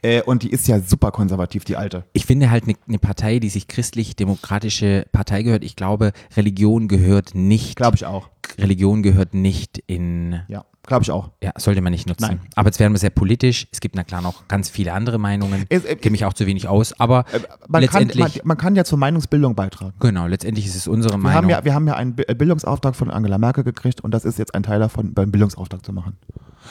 S2: Äh, und die ist ja super konservativ, die Alte.
S1: ich finde halt eine ne Partei, die sich christlich-demokratische Partei gehört, ich glaube, Religion gehört nicht.
S2: Glaube ich auch.
S1: Religion gehört nicht in,
S2: Ja, glaube ich auch.
S1: ja, sollte man nicht nutzen.
S2: Nein.
S1: Aber jetzt werden wir sehr politisch. Es gibt na klar noch ganz viele andere Meinungen.
S2: Es- äh,
S1: Kenne mich auch zu wenig aus, aber
S2: Man kann,
S1: letztendlich,
S2: man, man kann ja zur Meinungsbildung beitragen.
S1: genau, letztendlich ist es unsere
S2: Wir
S1: Meinung.
S2: haben, ja, wir haben ja einen Bi- äh, Bildungsauftrag von Angela Merkel gekriegt und das ist jetzt ein Teil davon, einen Bildungsauftrag zu machen.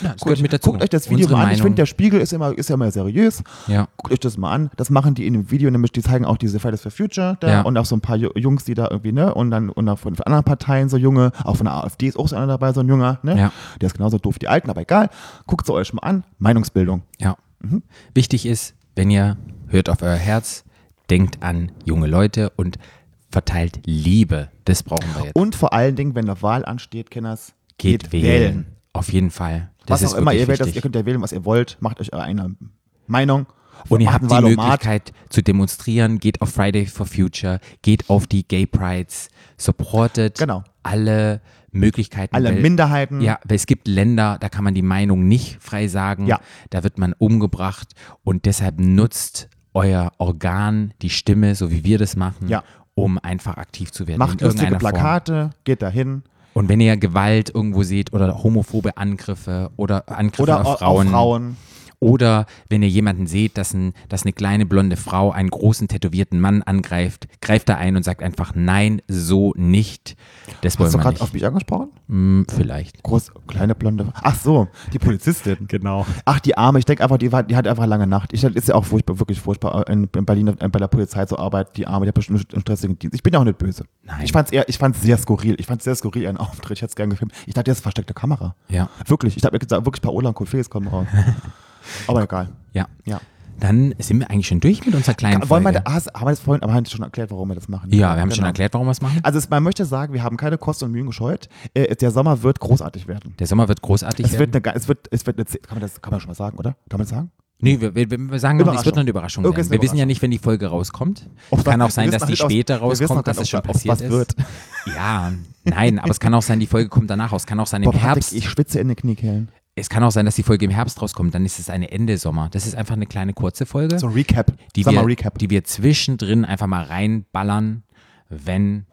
S1: Ja, es
S2: Guckt,
S1: gehört mit dazu.
S2: guckt euch das Video
S1: unsere
S2: mal an.
S1: Meinung,
S2: Ich finde, der Spiegel ist immer, ist ja immer seriös.
S1: ja.
S2: guckt euch das mal an. Das machen die in dem Video nämlich, die zeigen auch diese Fridays for Future da
S1: Ja.
S2: und auch so ein paar Ju- Jungs, die da irgendwie, ne, und dann und auch von, von anderen Parteien so Junge, auch von der AfD ist auch so einer dabei, so ein Junger, ne?
S1: Ja.
S2: Der ist genauso doof wie die Alten, aber egal. Guckt sie euch mal an. Meinungsbildung.
S1: Ja.
S2: Mhm.
S1: Wichtig ist, wenn ihr hört auf euer Herz, denkt an junge Leute und verteilt Liebe. Das brauchen wir jetzt.
S2: Und vor allen Dingen, wenn eine Wahl ansteht, Kenners,
S1: geht, wählen. Auf jeden Fall. Das
S2: Was
S1: ist
S2: auch immer ihr
S1: wirklich
S2: wählt, das, ihr
S1: wichtig.
S2: könnt ja wählen, was ihr wollt, macht euch eine Meinung.
S1: und ihr
S2: Macht
S1: habt
S2: ein
S1: die
S2: Wahlomat.
S1: Möglichkeit zu demonstrieren, geht auf Friday for Future, geht auf die Gay Prides, supportet
S2: Genau.
S1: alle Möglichkeiten.
S2: Alle
S1: weil-
S2: Minderheiten.
S1: Ja, weil es gibt Länder, da kann man die Meinung nicht frei sagen.
S2: Ja.
S1: Da wird man umgebracht und deshalb nutzt euer Organ, die Stimme, so wie wir das machen,
S2: Ja.
S1: um einfach aktiv zu werden.
S2: Macht
S1: in
S2: lustige
S1: irgendeiner Form.
S2: Plakate, geht dahin.
S1: Und wenn ihr Gewalt irgendwo seht oder homophobe Angriffe oder Angriffe
S2: Oder au-
S1: auf, Frauen,
S2: auf Frauen.
S1: oder wenn ihr jemanden seht, dass, ein, dass eine kleine blonde Frau einen großen tätowierten Mann angreift, greift da ein und sagt einfach nein, so nicht. Das
S2: Hast du
S1: wollen wir
S2: gerade
S1: nicht.
S2: auf mich angesprochen?
S1: Hm, vielleicht.
S2: Groß, kleine blonde. Ach so, die Polizistin.
S1: Genau.
S2: Ach, die Arme. Ich denke einfach, die, war, die hat einfach lange Nacht. Ich, das ist ja auch furchtbar, wirklich furchtbar, in, in Berlin äh, bei der Polizei zu arbeiten. Die Arme, die hat bestimmt einen stressigen Dienst. Ich bin ja auch nicht böse.
S1: Nein.
S2: Ich fand's eher, ich fand's sehr skurril. Ich fand's sehr skurril, ihren Auftritt. Ich hätte es gern gefilmt. Ich dachte, das ist versteckte Kamera.
S1: Ja.
S2: Wirklich. Ich habe mir gesagt, wirklich Paola und Kohlfees kommen raus. Aber egal.
S1: Ja.
S2: Ja.
S1: Dann sind wir eigentlich schon durch mit unserer kleinen
S2: Wollen wir,
S1: Folge.
S2: hast, haben wir das vorhin, aber haben wir schon erklärt, warum wir das machen?
S1: ja, wir haben schon
S2: Genau.
S1: erklärt, warum wir es machen.
S2: Also es, man möchte sagen, wir haben keine Kosten und Mühen gescheut. Äh, der Sommer wird großartig werden.
S1: Der Sommer wird großartig.
S2: Es wird,
S1: werden.
S2: eine, ge- es wird, es wird eine, Ze- kann man das, kann man schon mal sagen, oder? Kann man das sagen?
S1: nee, wir, wir, wir sagen noch, es wird noch eine Überraschung
S2: Okay,
S1: werden.
S2: ist
S1: Wir
S2: eine
S1: wissen ja nicht, wenn die Folge rauskommt.
S2: Ob
S1: kann
S2: wir-
S1: auch sein,
S2: wir
S1: dass
S2: wissen
S1: die
S2: noch nicht,
S1: später
S2: ob- wir wissen
S1: rauskommt,
S2: noch
S1: dass
S2: nicht,
S1: es schon
S2: ob- ob
S1: passiert
S2: was
S1: ist.
S2: wird.
S1: Ja, nein, aber es kann auch sein, die Folge kommt danach raus. Es kann auch sein, im
S2: Boah, Patrick,
S1: Herbst.
S2: ich schwitze in den Kniekehlen.
S1: Es kann auch sein, dass die Folge im Herbst rauskommt. Dann ist es eine Ende Sommer. Das ist einfach eine kleine kurze Folge,
S2: So ein Recap.
S1: die,
S2: Sag
S1: wir,
S2: mal Recap.
S1: die wir zwischendrin einfach mal reinballern, wenn wir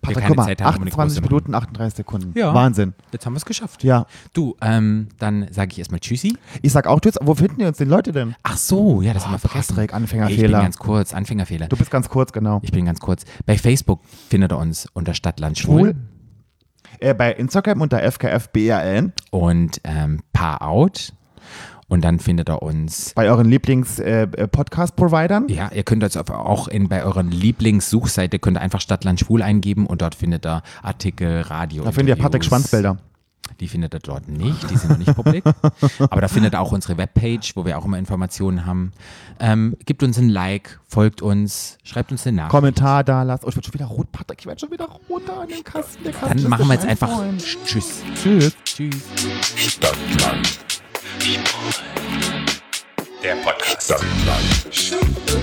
S2: Patrick,
S1: keine
S2: guck mal,
S1: Zeit haben, um eine große
S2: 28 Minuten, 38 Sekunden.
S1: Ja.
S2: Wahnsinn.
S1: Jetzt haben wir es geschafft.
S2: Ja.
S1: Du, ähm, dann sage ich erstmal Tschüssi.
S2: Ich sag auch Tschüss. Wo finden die uns die Leute denn?
S1: Ach so, ja, das haben wir vergessen. Ich
S2: Patrick,
S1: bin
S2: Anfängerfehler.
S1: ganz kurz, Anfängerfehler.
S2: du bist ganz kurz, genau.
S1: Ich bin ganz kurz. Bei Facebook findet ihr uns unter Stadtland Schwul
S2: Äh, bei Instagram unter FKFBRN.
S1: und ähm, Paar Out. Und dann findet ihr uns.
S2: Bei euren äh, Lieblings-Podcast-Providern.
S1: Ja, ihr könnt uns auf- auch in, bei euren Lieblingssuchseite könnt ihr einfach Stadtland Schwul eingeben und dort findet ihr Artikel, Radio.
S2: da findet ihr Patrick Schwanzbilder.
S1: Die findet ihr dort nicht, die sind noch nicht publik. Aber da findet ihr auch unsere Webpage, wo wir auch immer Informationen haben. Ähm, gebt uns ein Like, folgt uns, schreibt uns eine Nachricht.
S2: Kommentar da, lasst. Oh, ich werde schon wieder rot, Patrick. Ich werde schon wieder rot da in den Kasten. Der Kasten
S1: Dann
S2: ist
S1: machen wir jetzt
S2: ein
S1: einfach
S2: Freund.
S1: Tschüss.
S2: Tschüss.
S1: Tschüss.
S3: Stadtland. Der Podcast Stadtland.